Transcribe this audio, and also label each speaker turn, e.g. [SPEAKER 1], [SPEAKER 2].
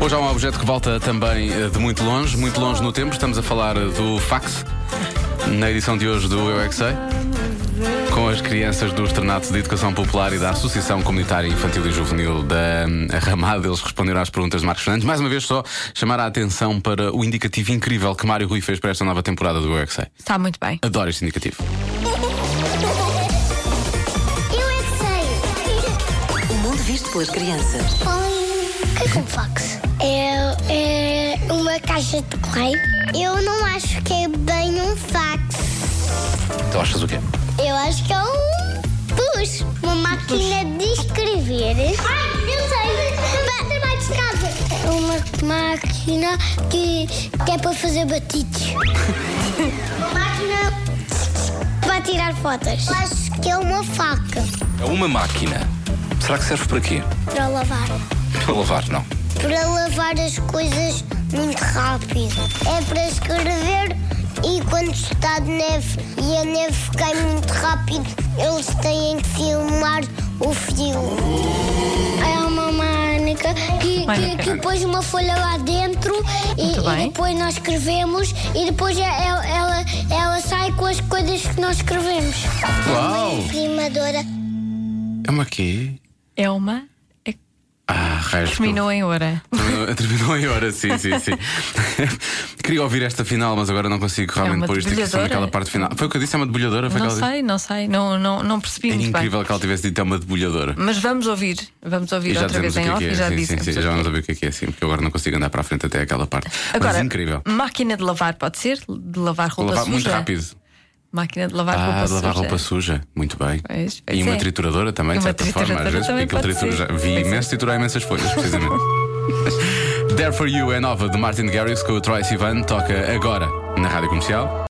[SPEAKER 1] Hoje há um objeto que volta também eh, de muito longe, muito longe no tempo. Estamos a falar eh, do fax, na edição de hoje do Eu é Que Sei, com as crianças do Externato de Educação Popular e da Associação Comunitária Infantil e Juvenil da hum, Ramada. Eles responderam às perguntas de Marcos Fernandes. Mais uma vez, só chamar a atenção para o indicativo incrível que Mário Rui fez para esta nova temporada do Eu é Que Sei.
[SPEAKER 2] Está muito bem.
[SPEAKER 1] Adoro este indicativo.
[SPEAKER 3] Eu é que
[SPEAKER 4] O mundo visto pelas crianças.
[SPEAKER 3] sei. O que é um fax? É, é uma caixa de correio. Eu não acho que é bem um fax.
[SPEAKER 1] Tu achas o quê?
[SPEAKER 3] Eu acho que é um pus. Uma máquina de escrever. Ai, eu sei. Trabalho de casa. Uma máquina que, que é para fazer batidos. uma máquina para tirar fotos. Eu acho que é uma faca
[SPEAKER 5] É uma máquina. Será que serve para quê?
[SPEAKER 3] para lavar.
[SPEAKER 5] Para lavar, não.
[SPEAKER 3] para lavar as coisas muito rápido. É para escrever e quando está de neve e a neve cai muito rápido, eles têm que filmar o fio. É uma manica que, que,
[SPEAKER 2] Mânica.
[SPEAKER 3] que pôs uma folha lá dentro e,
[SPEAKER 2] Muito
[SPEAKER 3] e
[SPEAKER 2] bem.
[SPEAKER 3] depois nós escrevemos e depois e- ela, ela, ela sai com as coisas que nós escrevemos.
[SPEAKER 1] Uau!
[SPEAKER 3] Primadora.
[SPEAKER 1] É uma quê?
[SPEAKER 2] É uma. é que
[SPEAKER 1] Ah, raios.
[SPEAKER 2] Terminou em hora.
[SPEAKER 1] Terminou- Terminou em hora, sim, sim, sim. Queria ouvir esta final, mas agora não consigo realmente
[SPEAKER 2] É uma
[SPEAKER 1] pôr isto aqui só
[SPEAKER 2] debulhadora?
[SPEAKER 1] naquela parte final. Foi o que eu disse, é uma debulhadora? Foi
[SPEAKER 2] Não
[SPEAKER 1] que ela disse?
[SPEAKER 2] sei, não sei. Não, não, não percebi
[SPEAKER 1] É
[SPEAKER 2] muito
[SPEAKER 1] incrível
[SPEAKER 2] bem.
[SPEAKER 1] que ela tivesse dito é uma debulhadora.
[SPEAKER 2] Mas vamos ouvir. Vamos ouvir outra vez em
[SPEAKER 1] o
[SPEAKER 2] off
[SPEAKER 1] que é que é.
[SPEAKER 2] e já
[SPEAKER 1] sim, sim,
[SPEAKER 2] dissemos.
[SPEAKER 1] sim,
[SPEAKER 2] o
[SPEAKER 1] já
[SPEAKER 2] que é.
[SPEAKER 1] vamos ouvir o que é que é, sim, porque agora não consigo andar para a frente até aquela parte.
[SPEAKER 2] Agora,
[SPEAKER 1] mas é incrível.
[SPEAKER 2] máquina de lavar pode ser? De lavar roupa
[SPEAKER 1] Lavar
[SPEAKER 2] suja?
[SPEAKER 1] muito rápido.
[SPEAKER 2] Máquina de lavar
[SPEAKER 1] Ah,
[SPEAKER 2] roupa
[SPEAKER 1] de lavar
[SPEAKER 2] suja.
[SPEAKER 1] roupa suja. Muito bem.
[SPEAKER 2] Pois, pois
[SPEAKER 1] e uma
[SPEAKER 2] é.
[SPEAKER 1] trituradora também, de
[SPEAKER 2] Uma
[SPEAKER 1] certa forma, às
[SPEAKER 2] trituradora
[SPEAKER 1] vezes, porque
[SPEAKER 2] também
[SPEAKER 1] aquilo
[SPEAKER 2] pode
[SPEAKER 1] tritura.
[SPEAKER 2] ser.
[SPEAKER 1] já- Vi
[SPEAKER 2] Pois é.
[SPEAKER 1] imenso triturar imensas folhas, precisamente. There for You é nova de Martin Garrix com o Troy Sivan. Toca agora na rádio comercial.